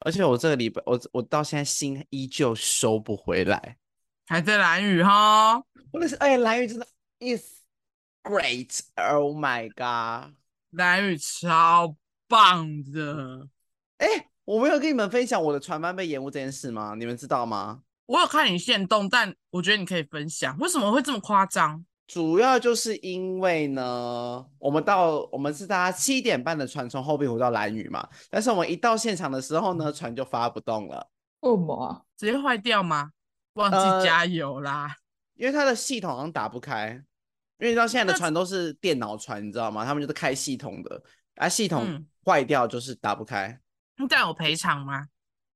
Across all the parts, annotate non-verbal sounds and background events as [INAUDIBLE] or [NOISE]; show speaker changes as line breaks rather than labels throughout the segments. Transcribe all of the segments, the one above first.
而且我这个礼拜，我我到现在心依旧收不回来。
还在蓝雨哈，
我的是，哎，蓝雨真的 is great. Oh my god！
蓝雨超棒的。
哎，我没有跟你们分享我的船班被延误这件事吗？你们知道吗？
我有看你现动，但我觉得你可以分享，为什么会这么夸张？
主要就是因为呢，我们到我们是搭七点半的船从后壁湖到蓝屿嘛，但是我们一到现场的时候呢，船就发不动了。
为什么啊？
直接坏掉吗？忘
呃
记加油啦！
因为它的系统好像打不开，因为你知道现在的
那
船都是电脑船，你知道吗？他们就是开系统的，啊，系统
嗯
坏掉就是打不开，
你这样有赔偿吗？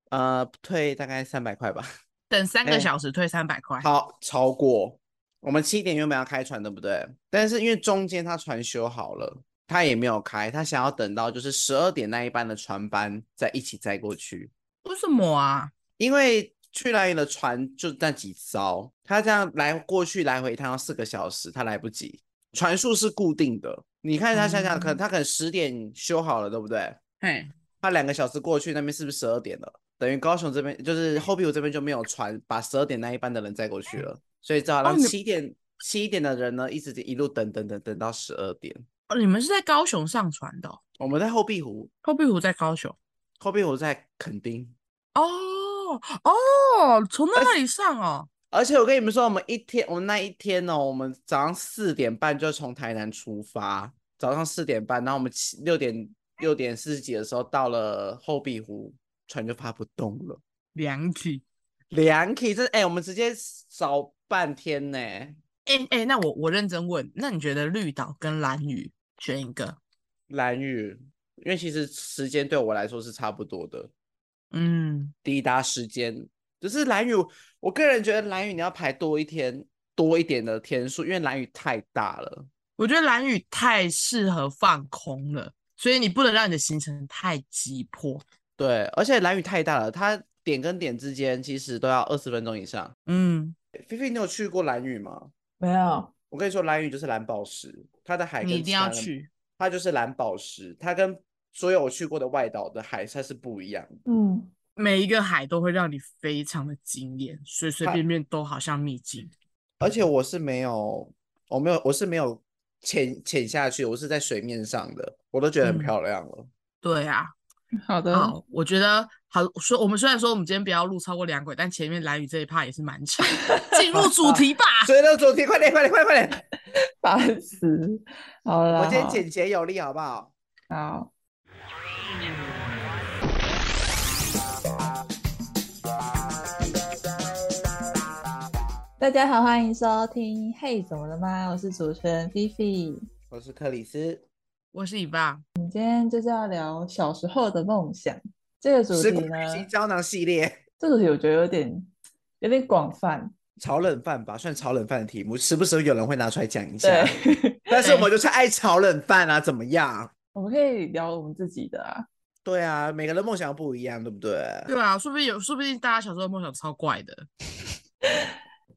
呃，退大概三百块吧，
等三
哎
个小时退三百块。
好，超过。我们七点原本要开船，对不对？但是因为中间他船修好了，他也没有开，他想要等到就是十二点那一班的船班再一起载过去，
为什么啊？
因为去那里的船就那几艘，他这样来过去来回一趟要四个小时，他来不及。船速是固定的，你看他想想，可能
嗯
他可能十点修好了，对不对？
嘿，
他两个小时过去那边是不是十二点了？等于高雄这边就是后壁湖这边就没有船把十二点那一班的人载过去了，所以只好让
哦你
七点七点的人呢一直一路等等等等到十二点。
哦，你们是在高雄上船的、哦，
我们在后壁湖，
后壁湖在高雄。
后壁湖在垦丁，
哦哦，从那
呃
里上哦，
而且我跟你们说，我们一天，我们那一天哦，我们早上四点半就从台南出发，早上四点半，然后我们七六点六点四十几的时候到了后壁湖，船就发不动了，
两体。
两 K 这哎、我们直接少半天呢、
哎、哎、那我我认真问，那你觉得绿岛跟蓝屿选一个？
蓝雨，因为其实时间对我来说是差不多的，
嗯，
抵达时间，只是蓝雨，我个人觉得蓝雨你要排多一天多一点的天数，因为蓝雨太大了。
我觉得蓝屿太适合放空了，所以你不能让你的行程太急迫。
对，而且蓝雨太大了，它点跟点之间其实都要二十分钟以上。
嗯，
菲菲，你有去过蓝雨吗？
没有，
我跟你说，蓝雨就是蓝宝石，它的海
你
跟
一
其
定要
他的
去。
它就是蓝宝石，它跟所有我去过的外岛的海它是不一样的。
嗯，
每一个海都会让你非常的惊艳，随随
它
便便都好像秘境。
而且我是没有，我没有，我是没有潜潜下去，我是在水面上的，我都觉得很
嗯
漂亮了。
对啊，
好的，
好，我觉得好说。我们虽然说我们今天不要录超过两轨，但前面蓝宇这一趴也是蛮长的。进入主题吧。
所以到主题，快点，快点，快点，快点！
烦死，好了啦，
啊
我今天
好
简洁有力，好不好？
好，大家好，欢迎收听《嘿，怎么了吗》？我是主持人菲菲。
我是克里斯，
我是以爸，
我们今天就是要聊小时候的梦想这个主
时
题
光
呢
旅，行胶囊系列。
这个主题我觉得有点有点广泛，
炒冷饭吧，算炒冷饭的题目，时不时有人会拿出来讲一下。
对， [LAUGHS]
但是我们就是爱炒冷饭啊，怎么样？
我们可以聊我们自己的啊，
对啊，每个人梦想不一样，对不对？
对啊，说不定有，说不定大家小时候的梦想超怪的。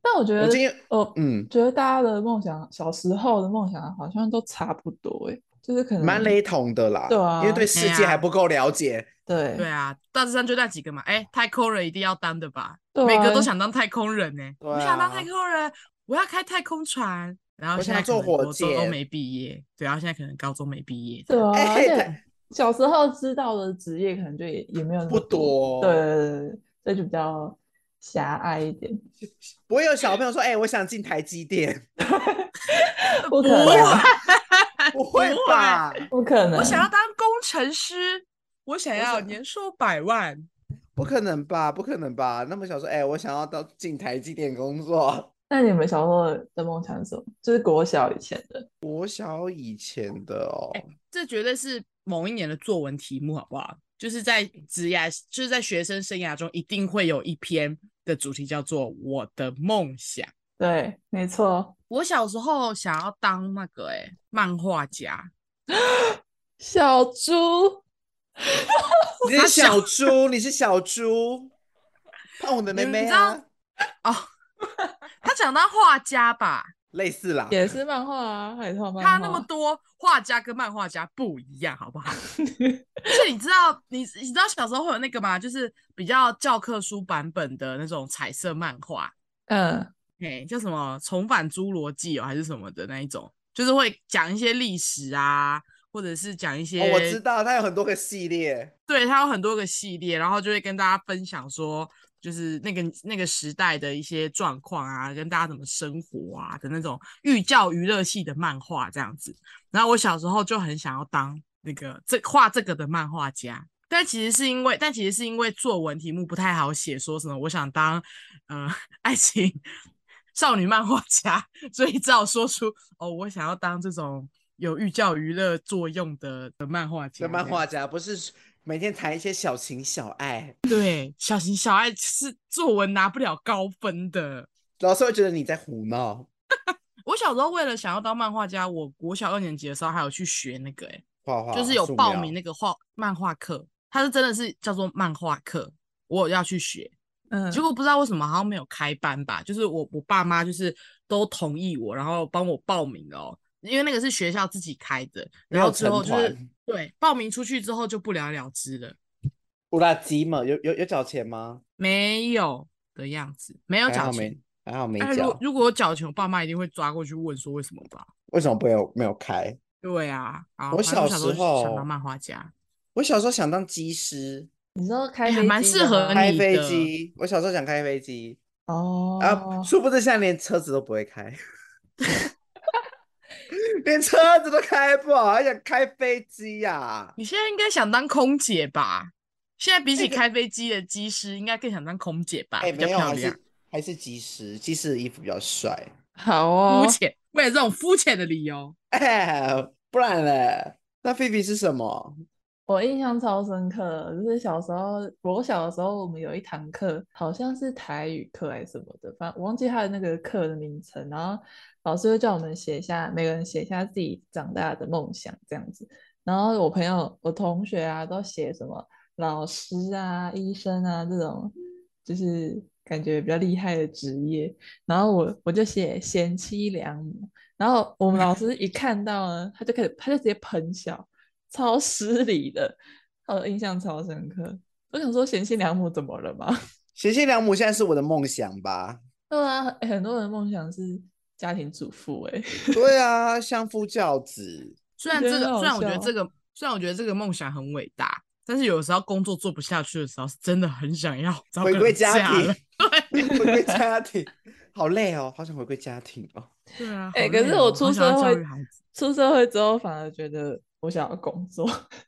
但我觉
我
得
今天，
哦，
嗯，
觉得大家的梦想，小时候的梦想好像都差不多诶，就是可能
蛮雷同的啦，
对啊
因为对世界还不够了解。
对
对啊，大致上就那几个嘛。哎、太空人一定要当的吧？
对
每个
啊
都想当太空人呢、
对
我想当太
啊
空人，我要开太空船。然后
我
现
想
在可
坐
能
火
国中都
箭
没毕业，对啊，现在可能高中没毕业。
对啊，而
[LAUGHS] 哎
且小时候知道的职业可能就也也没有那
不
么
多
对对对对，所以就比较狭隘一点，
不会有小朋友说：“哎、我想进台积
[LAUGHS]
电。
不可
呃不啊
能，
不会吧？
不可能，
我想要当工程师，我想
我
要
想
年收百万。
不可能吧？不可能吧？那么想说，哎、我想要到进台积电工作。
那你们小时候的梦想是什么？就是国小以前的，
国小以前的哦，
哎这绝对是某一年的作文题目，好不好？就是在职涯，就是在学生生涯中，一定会有一篇的主题叫做“我的梦想”。
对，没错，
我小时候想要当那个哎、漫画家，
小猪，
你是小猪，你是小
[LAUGHS]
猪，胖虎的妹
你们
妹
知哦
啊
道。他想当画家吧？
类似啦，
也是漫画啊，海涛漫画。
他那么多画家跟漫画家不一样，好
[LAUGHS]
不好？而且你知道，你你知道小时候会有那个吗？就是比较教科书版本的那种彩色漫画，
嗯，
哎，叫什么《重返侏罗纪》哦，还是什么的那一种，就是会讲一些历史啊，或者是讲一些、
哦，我知道它有很多个系列，
对，它有很多个系列，然后就会跟大家分享说，就是那个那个时代的一些状况啊，跟大家怎么生活啊的那种寓教于乐系的漫画这样子。然后我小时候就很想要当那个这画这个的漫画家，但其实是因为，但其实是因为作文题目不太好写，说什么我想当呃爱情少女漫画家，所以只好说出哦，我想要当这种。有寓教于乐作用的的漫画家，
的漫画家不是每天谈一些小情小爱，
对，小情小爱是作文拿不了高分的。
老师会觉得你在胡闹。
我小时候为了想要当漫画家，我国小二年级的时候还有去学那个、欸，
画画
就是有报名
的，
那个画漫画课，它是真的是叫做漫画课，我有要去学。
嗯，
结果不知道为什么好像没有开班吧，就是我我爸妈就是都同意我，然后帮我报名了哦，因为那个是学校自己开的，
没
然后
有
之
成
后就是
团。
对报名出去之后就不了了之了，
乌拉吉嘛，有有有缴钱吗？
没有的样子，没有
还好
缴钱
没，还好没
哎，如
缴
果。如果我缴钱，我爸妈一定会抓过去问说为什么吧？
为什么没有没有开？
对啊，啊，
我
反正
小
时候
时
就想
候
当漫画家，
我小时候想当机师，
你说开
哎
飞
蛮
机
适
的
合
吗
你
开飞
的
机。我小时候想开飞机
哦
啊，殊不知现在连车子都不会开， [LAUGHS] 连车子都开不好，还想开飞机呀、
你现在应该想当空姐吧？现在比起
这个
开飞机的机师，应该更想当空姐吧？
哎、
比较
没有，
漂
还
亮。
是还是机师，机师的衣服比较帅。
好哦
肤，浅，为了这种肤浅的理由，
哎、 [LAUGHS] 不然嘞，那菲比是什么？
我印象超深刻的，就是小时候，我小的时候，我们有一堂课，好像是台语课还是什么的，反正我忘记他的那个课的名称。然后老师会叫我们写下，每个人写下自己长大的梦想这样子。然后我朋友、我同学啊，都写什么老师啊、医生啊这种，就是感觉比较厉害的职业。然后我我就写贤妻良母。然后我们老师一看到呢，他就开始，他就直接喷笑。超失礼的，我印象超深刻。我想说贤妻良母怎么了吗？
贤妻良母现在是我的梦想吧？
[LAUGHS]
[LAUGHS]
对啊，欸很多人的梦想是家庭主妇、欸，
对啊，相夫教子。
虽然
觉
这个，
得很好
虽然我觉得
笑
这个，虽然我觉得这个梦想很伟大，但是有时候工作做不下去的时候，是真的很想要找
回
个
归
人
家
嫁
庭 [LAUGHS]
了。
回归家庭，好累哦，好想回归家庭哦。
对啊，
哎、
好
可
累
是
哦
我
好
出
想要
社
教
会
育孩子，
出社会之后反而觉得我想要工作。 [LAUGHS]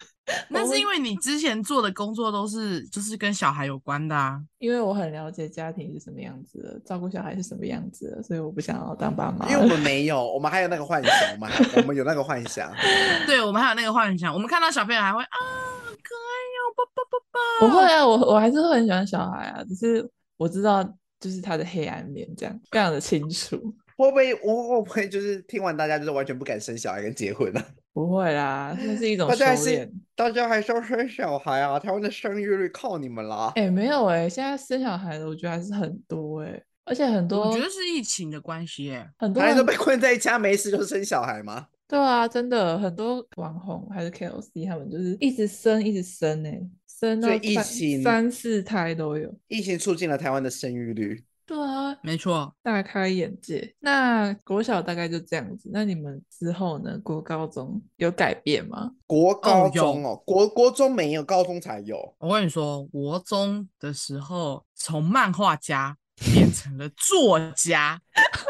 那
我
是因为你之前做的工作都是就是跟小孩有关的啊。
因为我很了解家庭是什么样子的，照顾小孩是什么样子的，所以我不想要当爸妈
哎
因为我
了。 [LAUGHS]
们没有，我们还有那个幻想，我们还我们有那个幻想。 [LAUGHS]
对，我们还有那个幻想，我们看到小朋友还会啊，好可爱哟、爸爸爸爸。
我会啊，我我还是会很喜欢小孩啊，只是我知道就是他的黑暗面这样非常的清楚。
会不会我会不会就是听完大家就是完全不敢生小孩跟结婚啊？
不会啦，那是一种
大
修
家还是
炼。
[LAUGHS] 大家还说生小孩啊，台湾的生育率靠你们啦。
哎、没有哎、现在生小孩的我觉得还是很多哎、而且很多
我觉得是疫情的关系耶，
很多
大家都
人
被困在家没事就生小孩吗？
对啊，真的很多网红还是 KOC 他们就是一直生一直生哎、生到
所以疫
三
情
三四胎都有。
疫情促进了台湾的生育率。
对啊，
没错。
大开眼界。那国小大概就这样子，那你们之后呢？国高中有改变吗？
国高
有
中哦，国国中没有，高中才有。
我跟你说，国中的时候从漫画家变成了作家，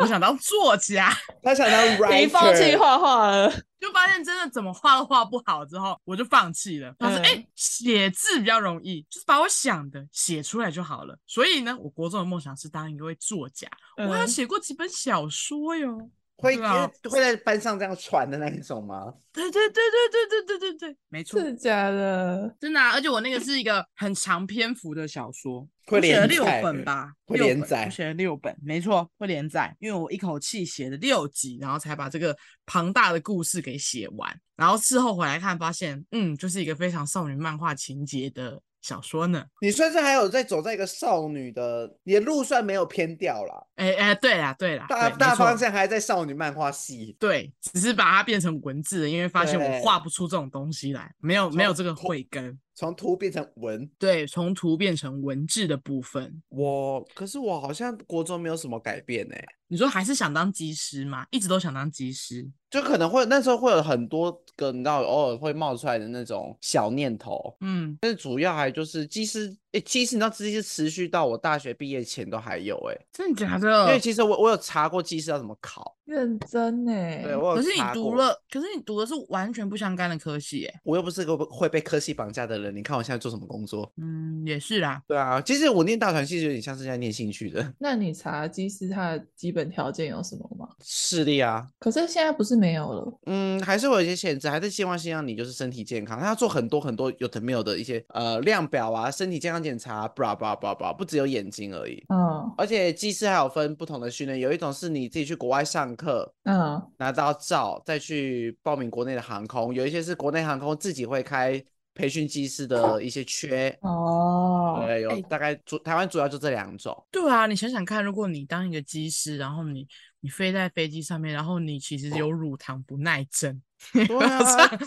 我想当作家， [LAUGHS]
他想 [LAUGHS] 当 writer，
你放弃画画
[LAUGHS]
了？
就发现真的怎么画都画不好，之后我就放弃了。他说：“
嗯
哎、写字比较容易，就是把我想的写出来就好了。”所以呢，我国中的梦想是当一位作家，我还有
嗯
写过几本小说哟。
会
对啊
会在班上这样传的那一种吗？
对对对对对对对对对，没错
真，的假的？
真的、啊。而且我那个是一个很长篇幅的小说，
会
我写了
连
六
载
本吧，
会
六
连
本
载
我写了六本，没错，会连载，因为我一口气写了六集，然后才把这个庞大的故事给写完。然后事后回来看，发现嗯，就是一个非常少女漫画情节的小说呢。
你算是还有在走在一个少女的，你的路算没有偏掉啦，
哎哎，对啦对啦，
大
对
大
没错
方向还在少女漫画系，
对，只是把它变成文字了，因为发现
对
我画不出这种东西来，没有没有
从
这个
从
慧根。
从图变成文。
对，从图变成文字的部分。
我可是我好像国中没有什么改变欸呢、
你说还是想当技师吗？一直都想当技师。
就可能会那时候会有很多个，你知道，偶尔会冒出来的那种小念头。
嗯，
但是主要还就是，技师，诶，其实你知道，这些持续到我大学毕业前都还有、欸，
真的假
因为
的？
其实我我有查过技师要怎么考，
认真欸呢。
对我有
可是你
查
读
过，
了，可是你读的是完全不相干的科系，哎，
我又不是个会被科系绑架的人，你看我现在做什么工作？
嗯，也是啦。
对啊，其实我念大传系就有点像是在念兴趣的 [LAUGHS]
那你查技师他的基本条件有什么吗？
视力啊，
可是现在不是没有了，
嗯，还是会有一些限制，还是希望先让你就是身体健康，他要做很多很多有的没有的一些呃量表啊，身体健康检查，blah blah blah blah，不只有眼睛而已。
嗯
而且技师还有分不同的训练，有一种是你自己去国外上课，
嗯
拿到照，再去报名国内的航空。有一些是国内航空自己会开培训技师的一些缺，
哦，
对，有
哎
大概主台湾主要就这两种。
对啊，你想想看，如果你当一个机师，然后你你飞在飞机上面，然后你其实有乳糖不耐症， [LAUGHS]
对啊， [LAUGHS]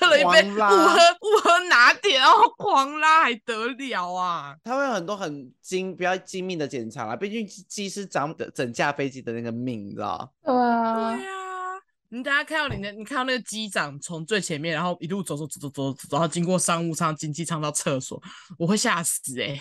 喝了一杯
狂
误
拉
喝误喝拿铁，然后狂拉还得了啊？
他会有很多很精比较精密的检查啦，毕竟技技师掌的整架飞机的那个命，你知
[LAUGHS]
道？
对啊
对，呀、你等下看到你的，你看到那个机长从最前面，然后一路走走走走走走，然后经过商务舱、经济舱到厕所，我会吓死哎、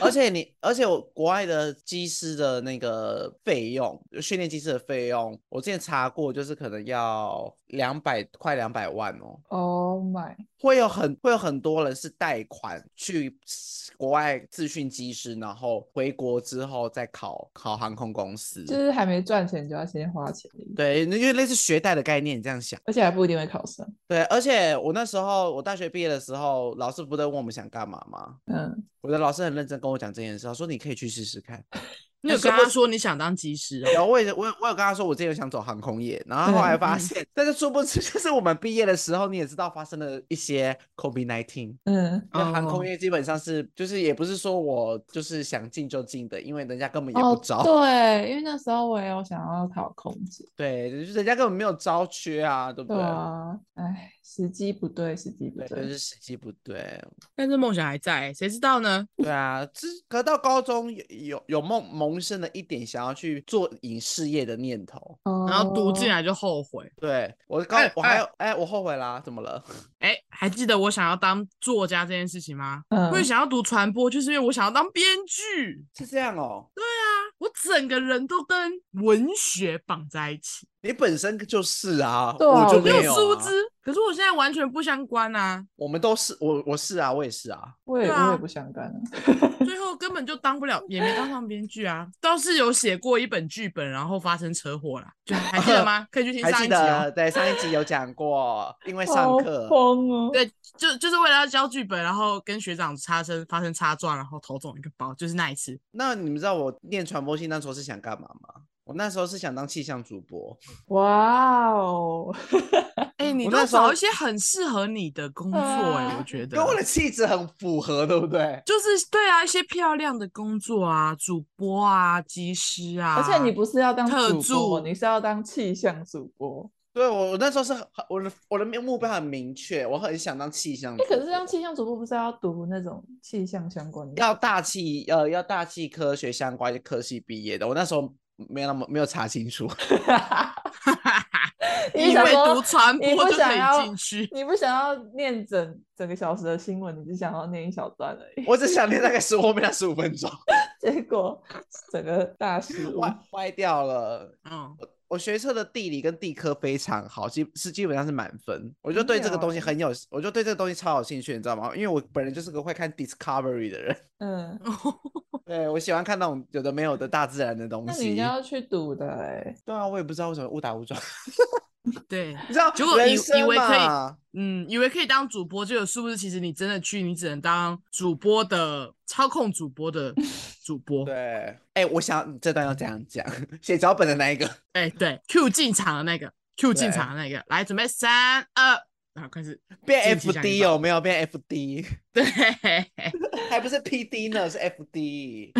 而且你，而且我国外的机师的那个费用，训练机师的费用，我之前查过，就是可能要两百快两百万哦。
，Oh my，
会有很会有很多人是贷款去国外自训机师，然后回国之后再考考航空公司。
就是还没赚钱就要先花钱，
对，那因为类似学贷的概念，你这样想。
而且还不一定会考上，
对，而且我那时候我大学毕业的时候，老师不都问我们想干嘛吗？
嗯，
我的老师很认真跟我讲这件事，他说你可以去试试看。
你有
可是
跟
我
他说你想当机师哦？
然后我也我有我有跟他说我之前有想走航空业，然后后来
对
发
嗯
现，但是殊不知 [LAUGHS] 就是我们毕业的时候，你也知道发生了一些 COVID nineteen。
嗯，
那航
哦
空业基本上是，就是也不是说我就是想进就进的，因为人家根本也
哦
不，招，
对，因为那时候我也有想要考空姐，
[LAUGHS] 对，就是人家根本没有招缺啊，对不
对
对？
啊，哎，时机不对，时机不
对，就
对
是，时机不对，
但是梦想还在欸、谁知道呢？
对啊，这可到高中有有有梦萌生了一点想要去做影视业的念头，
然后读进
哦，
来就后悔。
对我高
哎
我还有哎，我后悔啦，怎么了？ [LAUGHS]
哎、还记得我想要当作家这件事情吗？
嗯
我也想要读传播，就是因为我想要当编剧。
是这样哦，
啊，我整个人都跟文学绑在一起，
你本身就是啊，
对啊
我就
我就
没
有
有
殊
啊
知，可是我现在完全不相关啊，
我们都是我我是啊，我也是啊，
我也
对
我
啊
也不相干啊，
[LAUGHS]
最后根本就当不了，也没当上编剧啊，倒是有写过一本剧本，然后发生车祸啦，就还记得吗？可以去
[LAUGHS]
听
还
上
记
一集哦
得。对上一集有讲过，因
[LAUGHS]
为上
好
课。
疯哦，
对，就就是为了要交剧本，然后跟学长擦身发生擦撞，然后头肿一个包，就是那一次。
那你们知道我念传播系那时候是想干嘛吗？我那时候是想当气象主播，
哇哦，
哎、你
嗯我
都
那时候
找一些很适合你的工作、哎、
啊
我觉得
跟我的气质很符合，对不对？
就是对啊，一些漂亮的工作啊，主播啊，技师啊，
而且你不是要当
特
主播，
助
你是要当气象主播。
对我，我那时候是很我的我的目标很明确，我很想当气象主
嗯
哎，
播。
可是当气象主播不是要读那种气象相关的？
要大气呃要大气科学相关的科系毕业的，我那时候没有那么没有查清楚。 [LAUGHS]
你
因
想
为
说
读传
你
播就
不
可
想
以
要
进去。
[LAUGHS] 你不想要念整整个小时的新闻，你只想要念一小段而已。 [LAUGHS]
我只想念大概十后面那十五分钟， [LAUGHS]
结果整个大失误。
歪歪掉了。
[LAUGHS]
嗯，
我学测的地理跟地科非常好，基是基本上是满分。我就
很
对
哦
这个东西
屌欸
很有，我就对这个东西超有兴趣，你知道吗？因为我本人就是个会看 Discovery 的
[LAUGHS]
人，
嗯，
对我喜欢看那种有的没有的大自然的东
那你应
西
该。要去读的哎、
对啊，我也不知道为什么误打误撞，
[LAUGHS] 对，
你知道，
结果
人
以以
生
为可以
嘛
嗯，以为可以当主播，结果是不是其实你真的去，你只能当主播的操控主播
[LAUGHS]
的主播。
对，哎、我想这段要这样讲，写脚本的那一个，
哎、对，Q 进场的那个，Q 进
对
场的那个，来准备三二然后开始
变
近期下
FD
一
有没有变 FD？
对，
[LAUGHS] 还不是 PD 呢，是 FD。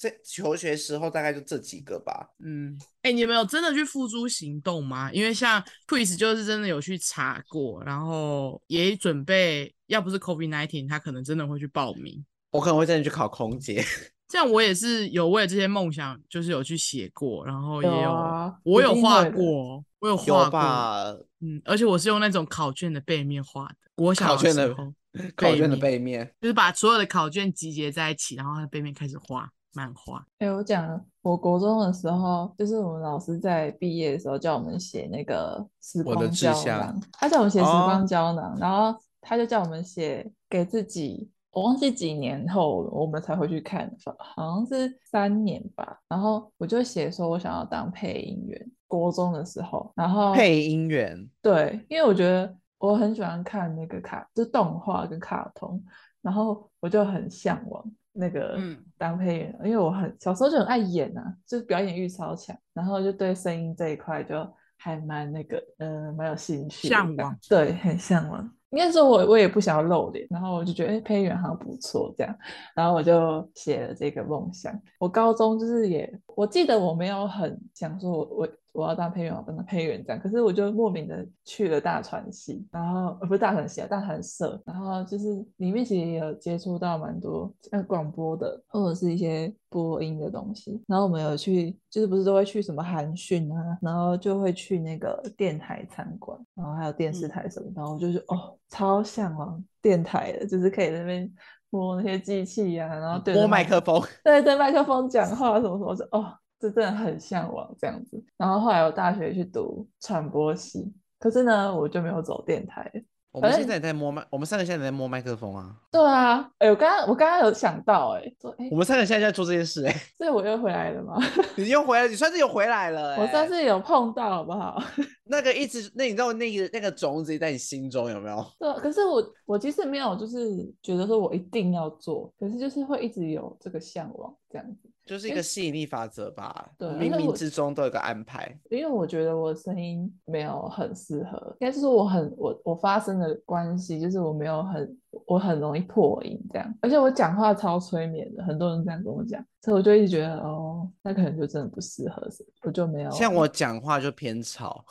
这求学时候大概就这几个吧。
嗯，哎、你们有真的去付诸行动吗？因为像 Chris 就是真的有去查过，然后也准备，要不是 COVID nineteen，他可能真的会去报名。
我可能会真的去考空姐，
这样我也是有为了这些梦想，就是有去写过，然后也
有
有
啊
我
一
有
定
画
会的
过，我有画
有
过，
吧？
嗯，而且我是用那种考卷的背面画的，国小
考
的
卷
时
的
候
[LAUGHS] 考
背
卷的
面
背面，
就是把所有的考卷集结在一起，然后它背面开始画漫画。
哎、我讲了，我国中的时候，就是我们老师在毕业的时候叫我们写那个时
我的
光
志
胶
向
囊，他叫我们写时光
哦
胶囊，然后他就叫我们写给自己，我忘记几年后我们才会去看，好像是三年吧。然后我就写说我想要当配音员，国中的时候，然后
配音员，
对，因为我觉得我很喜欢看那个卡，就动画跟卡通，然后我就很向往那个
嗯
当配音员，因为我很小时候就很爱演啊，就是表演欲超强，然后就对声音这一块就还蛮那个，呃，蛮有兴趣的
向
这样
往，
对，很向往。应该说我我也不想要露脸，然后我就觉得，哎，配音员好像不错这样，然后我就写了这个梦想。我高中就是也，我记得我没有很想说我我我要当配员，我要当配员这样，可是我就莫名的去了大传系，然后呃不是大传系啊，大传社，然后就是里面其实也有接触到蛮多呃广播的或者是一些播音的东西，然后我们有去就是不是都会去什么韩讯啊，然后就会去那个电台参观，然后还有电视
嗯
台什么，然后我就是哦超向往电台的，就是可以在那边。摸那些机器呀、然哦后对
嗯
着
摸麦克
[LAUGHS]
风，
对，对麦克风讲话什么什么，就哦，这真的很向往这样子。然后后来我大学去读传播系，可是呢，我就没有走电台。
我们
反
现
正
在也在摸麦，我们三个现在也在摸麦克风啊，
对啊，哎，我刚刚我刚刚有想到、哎，说哎
我，们三个现在在做这件事、哎， [LAUGHS]
所以我又回来了嘛，
你又回来，你算是又回来了、
[LAUGHS] 我算
哎
是有碰到，好不好？ [LAUGHS]
那个一直，那你知道那个那个种子在你心中有没有？
对啊，可是我我其实没有，就是觉得说我一定要做，可是就是会一直有这个向往这样子，
就是一
因
个
为
吸引力法则吧，
对
冥
那
冥
我
之中都有个安排。
因为我觉得我的声音没有很适合，应该是说我很我我发声的关系，就是我没有很我很容易破音这样，而且我讲话超催眠的，很多人这样跟我讲，所以我就一直觉得哦，那可能就真的不适合，我就没有
像我讲话就偏吵，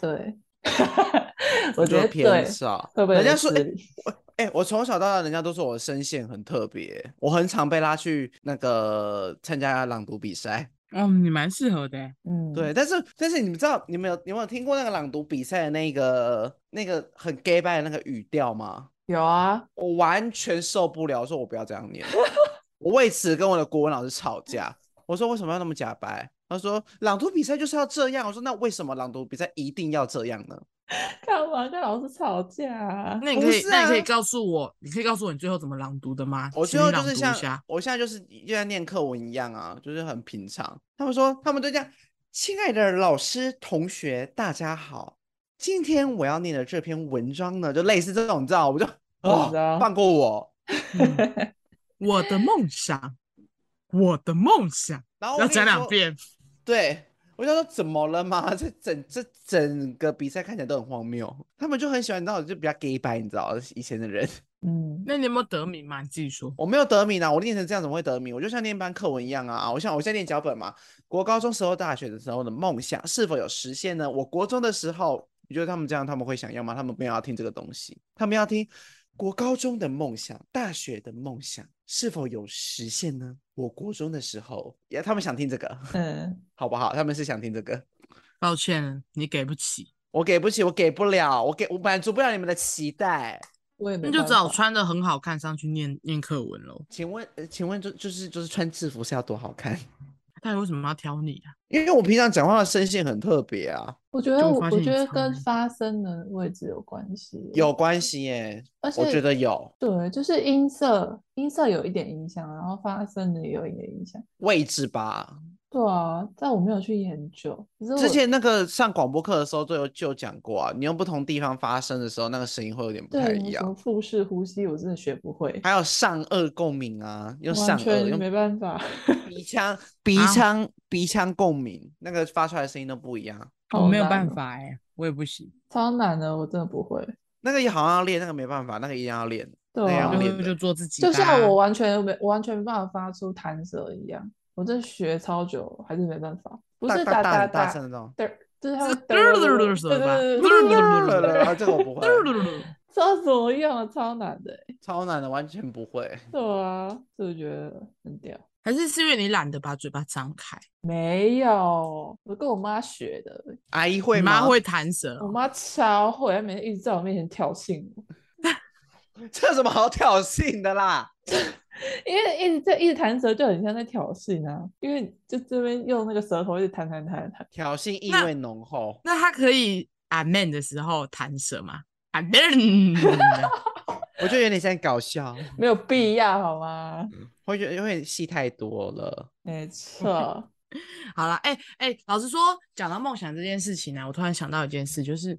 对，
[LAUGHS] 我
我觉
就
得对
偏，吵。
会不会
人
有
家
点
说，
失
哎、
礼？
我哎、我从小到大，人家都说我的声线很特别，我很常被拉去那个参加朗读比赛。
哦，你蛮适合的欸。
嗯，
对，，但是但是你们知道，你们有你们有听过那个朗读比赛的那个那个很 gay 拜的那个语调吗？
有啊，
我完全受不了，说我不要这样念。我为此跟我的国文老师吵架，我说为什么要那么假白？他说朗读比赛就是要这样。我说那为什么朗读比赛一定要这样呢？
干嘛跟老师吵架啊？
那你
不
可以，
是
那你可以
啊
告诉我，你可以告诉我你最后怎么朗读的吗？
我
请
最
你
后就
朗
是
读一
像 [LAUGHS]
下，
我现在就是就像念课文一样啊，就是很平常。他们说他们都这样，亲爱的老师、同学，大家好，今天我要念的这篇文章呢，就类似这种，你知道，我就
我
哦
知道，
放过我。
嗯我的梦想，我的梦想，
然后我
要
跟
讲
哦你
两
说
遍。
对，我就说怎么了嘛？这整这整个比赛看起来都很荒谬，他们就很喜欢，你知道，就比较 gay 白，你知道，以前的人。
嗯，
那你有没有得名嘛？你自己说。
我没有得名啊，我念成这样怎么会得名？我就像念班课文一样啊啊！我像我现在念脚本嘛，国高中时候、大学的时候的梦想是否有实现呢？我国中的时候，你觉得他们这样他们会想要吗？他们没有要听这个东西，他们要听国高中的梦想、大学的梦想是否有实现呢？我国中的时候，也他们想听这个，
嗯，
好不好？他们是想听这个。
抱歉，你给不起，
我给不起，我给不了，我给我满足不了你们的期待。
我也没
那就
办
只好
法
穿的很好看上去念念课文喽。
请问，呃请问就就是就是穿制服是要多好看？
到底为什么要挑你啊？
因为我平常讲话的声线很特别啊，
我觉得
就我
我
发
我
现
觉
你
得
超
跟
能
发声的位置有关系，
有，关系耶，
而
我
且
觉得有
对，就是音色，音色有一点影响，然后发声的也有一点影响。
位置吧。
对啊，但我没有去研究，可是
之
我
前那个上广播课的时候都有就有讲过啊，你用不同地方发声的时候，那个声音会有点不太
对
一
你什么
样。
腹式呼吸，我真的学不会，
还有上颚共鸣啊，用
完
上颚，
全
用
没办法，
鼻腔、
[LAUGHS]
鼻
啊
腔、鼻腔共鸣，那个发出来的声音都不一样。
好
我没有办
难哦，
法哎、我也不行。
超难的，我真的不会。
那个也好像要练，那个没办法，那个一定要练。
对
那
啊
样练
就就做自己啊吧，
就像我完全没，我完全没办法发出弹舌一样，我这学超久还是没办法，不
大
是
大
哒
很大
哒
声，的那种。
嘚儿就是它
是
会
嘚儿嘚儿嘚儿
嘚
舌
对
吧嘚
对对
儿
对
嘚儿
对对对 [LAUGHS]
啊，这个我不
嘟
会，
嘟嘟嘟
不知道怎么用啊，超难的欸、
超难的，完全不会。
对啊，所以我觉得很屌。
[LAUGHS] 还是是因为你懒得把嘴巴张开，
没有，我跟我妈学的，
阿姨
你
会
妈
吗？
会弹舌
我
哦，
妈超会，她每天一直在我面前挑衅我， [LAUGHS]
这有什么好挑衅的啦？
因为一直在一直弹舌就很像在挑衅啊，因为就这边用那个舌头一直弹弹弹弹，
挑衅意
那
味浓厚。
那她可以 amen 的时候弹舌吗？amen，啊
我觉得有点像搞笑，
没有必要好吗？ [LAUGHS]
我觉得有点戏太多了。
没错。
[LAUGHS] 好了，哎、哎、老实说，讲到梦想这件事情啊呢、我突然想到一件事，就是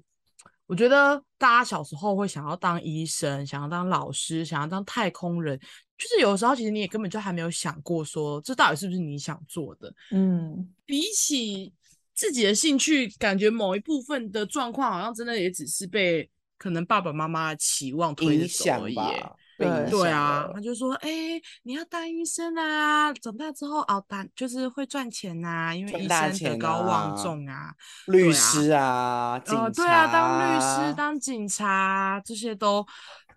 我觉得大家小时候会想要当医生，想要当老师，想要当太空人，就是有时候其实你也根本就还没有想过说这到底是不是你想做的。 [LAUGHS]
嗯，
比起自己的兴趣，感觉某一部分的状况好像真的也只是被可能爸爸妈妈的期望推着
影
走
响
而已
吧
耶。，
被
对
影
对
响
啊，
了
他就说：“哎、你要当医生啊，长大之后熬打就是会赚钱呐、因为
赚
医
大
生德
钱
高望
啊
重啊。
律
对啊
师啊，警察
呃，对啊，当律师、当警察啊这些都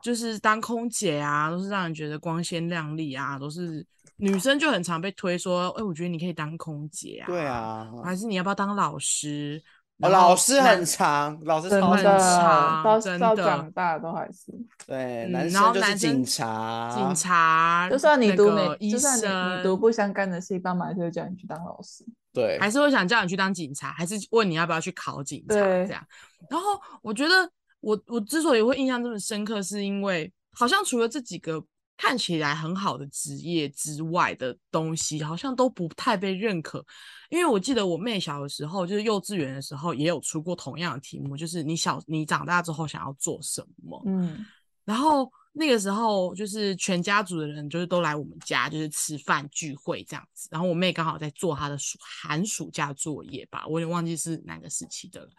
就是当空姐啊，都是让人觉得光鲜亮丽啊，都是女生就很常被推说：哎、我觉得你可以当空姐啊，
对，啊，
还是你要不要当老师？
哦
然
老
后
师
男
很长，老师
真
超
很
的
长，
长
到
真
到
的
长大都还
[LAUGHS]
是，
对，
嗯
男
然后
生就是
男生
警察，
警察，
就算你
那
读
个
没，
医
就算你你读
生，
不相干的戏，爸妈还是会叫你去当老师。
对，
还是会想叫你去当警察，还是问你要不要去考警察
对
这样。然后我觉得我我之所以会印象这么深刻，是因为好像除了这几个看起来很好的职业之外的东西，好像都不太被认可。因为我记得我妹小的时候，就是幼稚园的时候，也有出过同样的题目，就是你小你长大之后想要做什么。
嗯，
然后那个时候就是全家族的人就是都来我们家，就是吃饭聚会这样子。然后我妹刚好在做她的暑寒暑假作业吧，我有点忘记是哪个时期的了。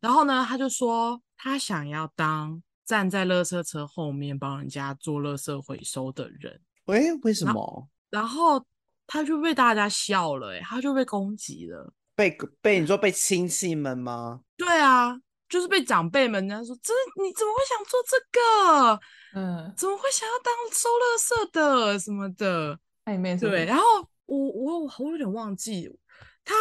然后呢，她就说她想要当站在垃圾车后面帮人家做垃圾回收的人，
喂，为什么
然后她就被大家笑了、欸，她就被攻击了。
被被你说被亲戚们吗？
对啊，就是被长辈们呢说，这你怎么会想做这个？
嗯，
怎么会想要当收垃圾的什么的？
暧昧是
对，
吧
然后我我我我有点忘记他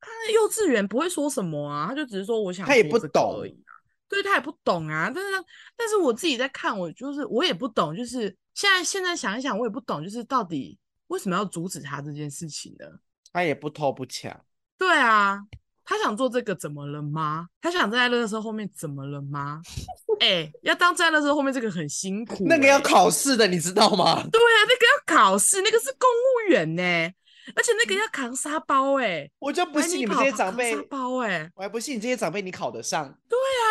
他那幼稚园不会说什么啊，他就只是说我想
他也
做
不
这个而
懂
已啊，对他也不懂啊。但是他但是我自己在看，我就是我也不懂，就是现在现在想一想，我也不懂，就是到底为什么要阻止他这件事情呢？
他也不偷不抢，
对啊，他想做这个怎么了吗？他想站在乐色后面怎么了吗？ [LAUGHS] 哎、要当站在乐色后面这个很辛苦、
那个要
欸
考试的，你知道吗？ [LAUGHS]
对啊，那个要考试，那个是公务员呢、而且那个要扛沙包哎、
我就嗯不
哎
信
你
你们
跑
这些
跑
长
扛
辈
沙，包哎
我还不信你这些长辈你考得上。
啊
对啊，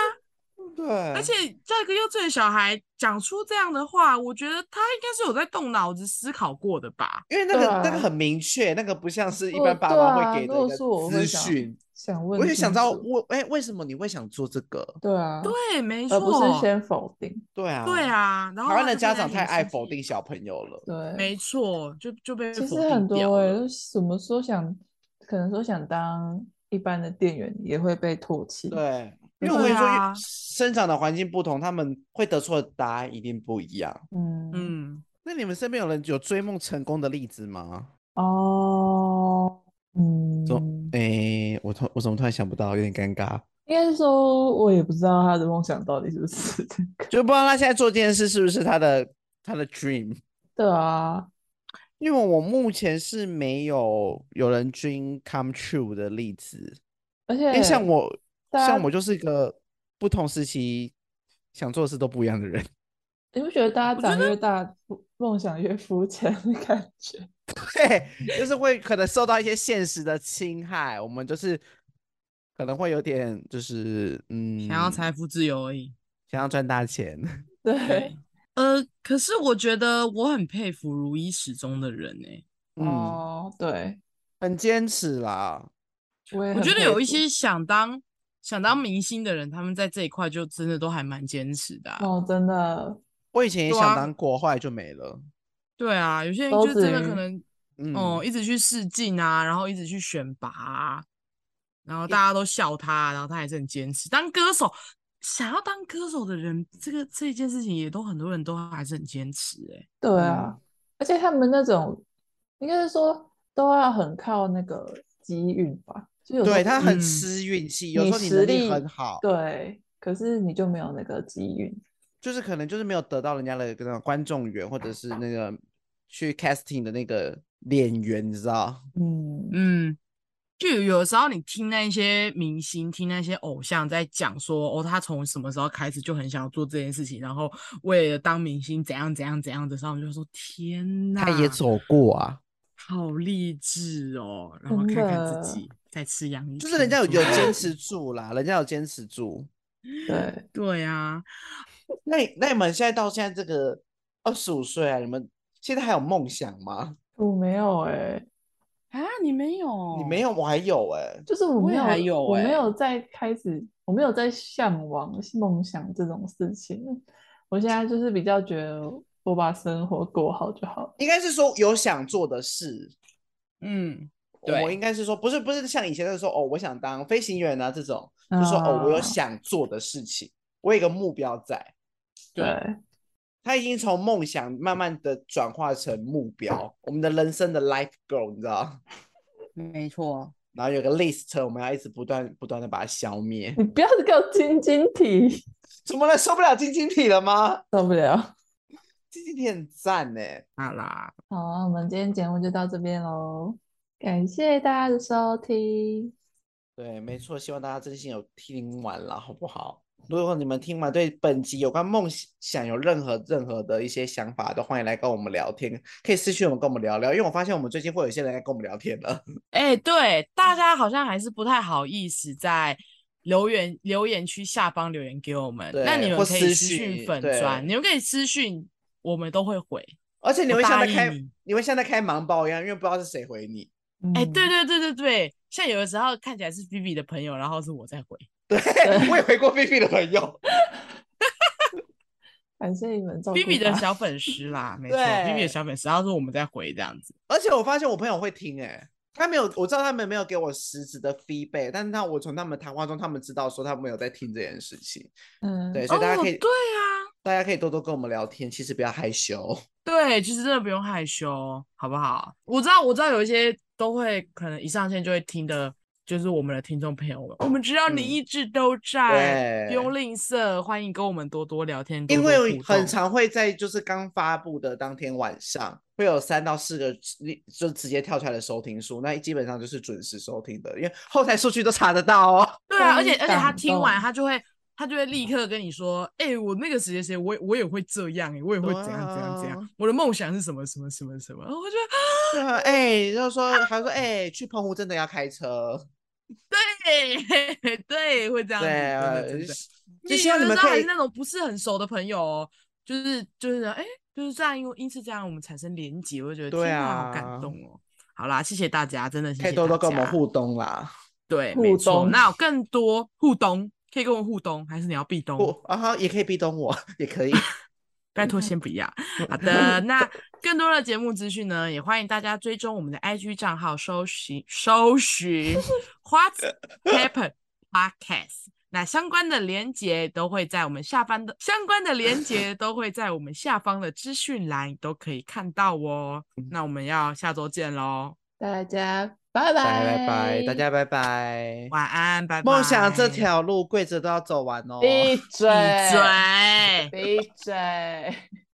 对，
而且叫一个幼稚园小孩讲出这样的话，我觉得他应该是有在动脑子思考过的吧。
因为那
对
个那个
啊
很明确，那个不像是一
如果
般爸
对
妈
啊
会给
如
的一
果
个
是我会
资
想
讯。
想问
我就想
清
到
楚
我哎，为什么你会想做这个？
对啊，
嗯
对，没
呃
错，
而不是先否定。
对啊，
对。啊。然后
台湾
他
的
就
家
在
长
你
太爱
身
否
体
定，小朋友了，
对，
没错，就就被
其实
否定
很
掉
多哎、
了
欸，什么说想，可能说想当一般的店员也会被唾弃。
对，因
嗯对
为我跟你说，
啊
生长的环境不同，他们会得出的答案一定不一样。
嗯，
嗯，
那你们身边有人有追梦成功的例子吗？
哦，嗯，
哎，我突我怎么突然想不到，有点尴尬，
应该是说，我也不知道他的梦想到底是不是这个。
就不知道他现在做这件事是不是他的他的 dream。
[LAUGHS] 对啊，
因为我目前是没有有人 dream come true 的例子，
而
因为
且
像我，
大
像
家
我就是一个不同时期想做的事都不一样的人。 [LAUGHS]
你不觉得大
我
家
觉
长
得
越大，不梦想越肤浅的感觉？ [LAUGHS]
对，就是会可能受到一些现实的侵害，我们就是可能会有点就是嗯，
想要财富自由而已。
想要赚大钱， [LAUGHS] 嗯
对，
对，呃，可是我觉得我很佩服如一始终的人哎、
嗯，
哦，对，
很坚持啦。
我也
我
很
觉得
佩
有一
服
些想当想当明星的人，他们在这一块就真的都还蛮坚持的啊、
哦，真的，
我以前也
对
想
啊
当国画就没了。
对啊，有些人
周
就真的
子
可
瑜
能
嗯，
哦，一直去试镜啊，然后一直去选拔啊，然后大家都笑他，啊然后他还是很坚持。当歌手，想要当歌手的人，这个这件事情也都很多人都还是很坚持、欸。哎，
对啊，而且他们那种应该是说都要很靠那个机运吧，就有时
对
候
他很
嗯
吃运气，有
你
时候你
实
能力
力
很好，
对，可是你就没有那个机运，
就是可能就是没有得到人家的那种观众缘，或者是那个去 casting 的那个脸缘，你知道？
嗯，
嗯，就有有的时候你听那一些明星、听那些偶像在讲说，哦，他从什么时候开始就很想要做这件事情，然后为了当明星怎样怎样怎样的时候，我们就说天呐，
他也走过啊，
好励志哦，然后
真
看看
的
自己在吃洋芋片，
就是人家有
什么
有坚持住啦，人家有坚持住。
对，
对啊，
那你那你们现在到现在这个二十五岁啊，你们现在还有梦想吗？
我没有哎、
啊，你没有，
你没有，我还有哎、
就是我
我
没
也
有，
还有
我没
欸
有在开始，我没有在向往梦想这种事情。我现在就是比较觉得，我把生活过好就好了。
应该是说有想做的事。
嗯，
我
对
应该是说，不是不是像以前的说哦，我想当飞行员啊这种，就说哦，我有
啊
想做的事情，我有一个目标在。
对
对，
他已经从梦想慢慢的转化成目标，我们的人生的 life goal，你知道？
没错，
然后有个 list，我们要一直不断不断的把它消
[LAUGHS]
灭。
你不要给我晶晶体，
怎么了？受不了晶晶体了吗？
受不了。
晶晶体很赞呢、
好啦，
好啊，我们今天节目就到这边喽，感谢大家的收听。
对，没错，希望大家真心有听完了，好不好？如果你们听完对本集有关梦想有任何任何的一些想法的，欢迎来跟我们聊天，可以私信我们跟我们聊聊，因为我发现我们最近会有一些人来跟我们聊天了。
哎、对，大家好像还是不太好意思在留言留言区下方留言给我们，那
对
你们
或
可以
私
私
讯
讯粉
对
专，你们可以私讯，我们都会回。
而且你
我
会像
答
在
应
开，
你
你会像在开盲包一样，因为不知道是谁回你。
哎、对对
嗯，
对对对，像有的时候看起来是 B B 的朋友，然后是我在回。
对，我也回过菲菲的朋友。
感谢你们照
B
顾
B 的
吧
小粉丝啦，
[LAUGHS]
没错，B B
哦啊对
的小粉丝，然后是我们在回这样子。
而且我发现我朋友会听、欸，他没有，我知道他们没有给我实质的 feedback，但是他我从他们谈话中，他们知道说他们有在听这件事情。
嗯，
对，所以大家可以，
哦，对啊，
大家可以多多跟我们聊天，其实不要害羞。
对，其实真的不用害羞，好不好？我知道，我知道有一些都会可能一上线就会听的，就是我们的听众朋友们，我们知道你
嗯
一直都在，不用
对
吝啬，欢迎跟我们多多聊天，
因
多多
为
互
很
动
常会在就是刚发布的当天晚上，会有三到四个你就直接跳出来的收听数，那基本上就是准时收听的，因为后台数据都查得到哦。 [LAUGHS]
对啊，而且
非
而且他
感
听完
动
他就会。他就会立刻跟你说：“哎、我那个谁谁谁，我也我也会这样、欸，我也会
对
怎样怎样怎
啊
样，我的梦想是什么什么什么什么。”我觉得
对啊，哎、就说还说哎、去澎湖真的要开车，
对对，会这样子，
对
真
啊
的真的。，
就
你
希望
有
你
的
们
时候
可
还
以
是那种不是很熟的朋友哦，就是就是哎、诶就是这样，因为因此这样我们产生连结，我就觉得
对
天哪，好
啊
感动哦。好啦，谢谢大家，真的谢
可
谢
以多多
大
跟我们
家
互动啦。
对，
互
没错。
动
那有更多互动，可以跟我互动，还是你要壁咚？
不，然后也可以壁咚我，也可以。
拜
嗯
托先不要。好
[LAUGHS]
的，那更多的节目资讯呢，也欢迎大家追踪我们的 IG 账号，搜寻搜寻 What
[LAUGHS]
Happen Podcast。那相关的连接都会在我们下方的相关的连接都会在我们下方的资讯栏都可以看到哦。
嗯
那我们要下周见喽，
大家
拜
拜
拜拜，大
拜
家拜拜。
晚安，拜拜。
梦想这条路跪着都要走完哦。
闭
闭
嘴，
嘴。
闭嘴。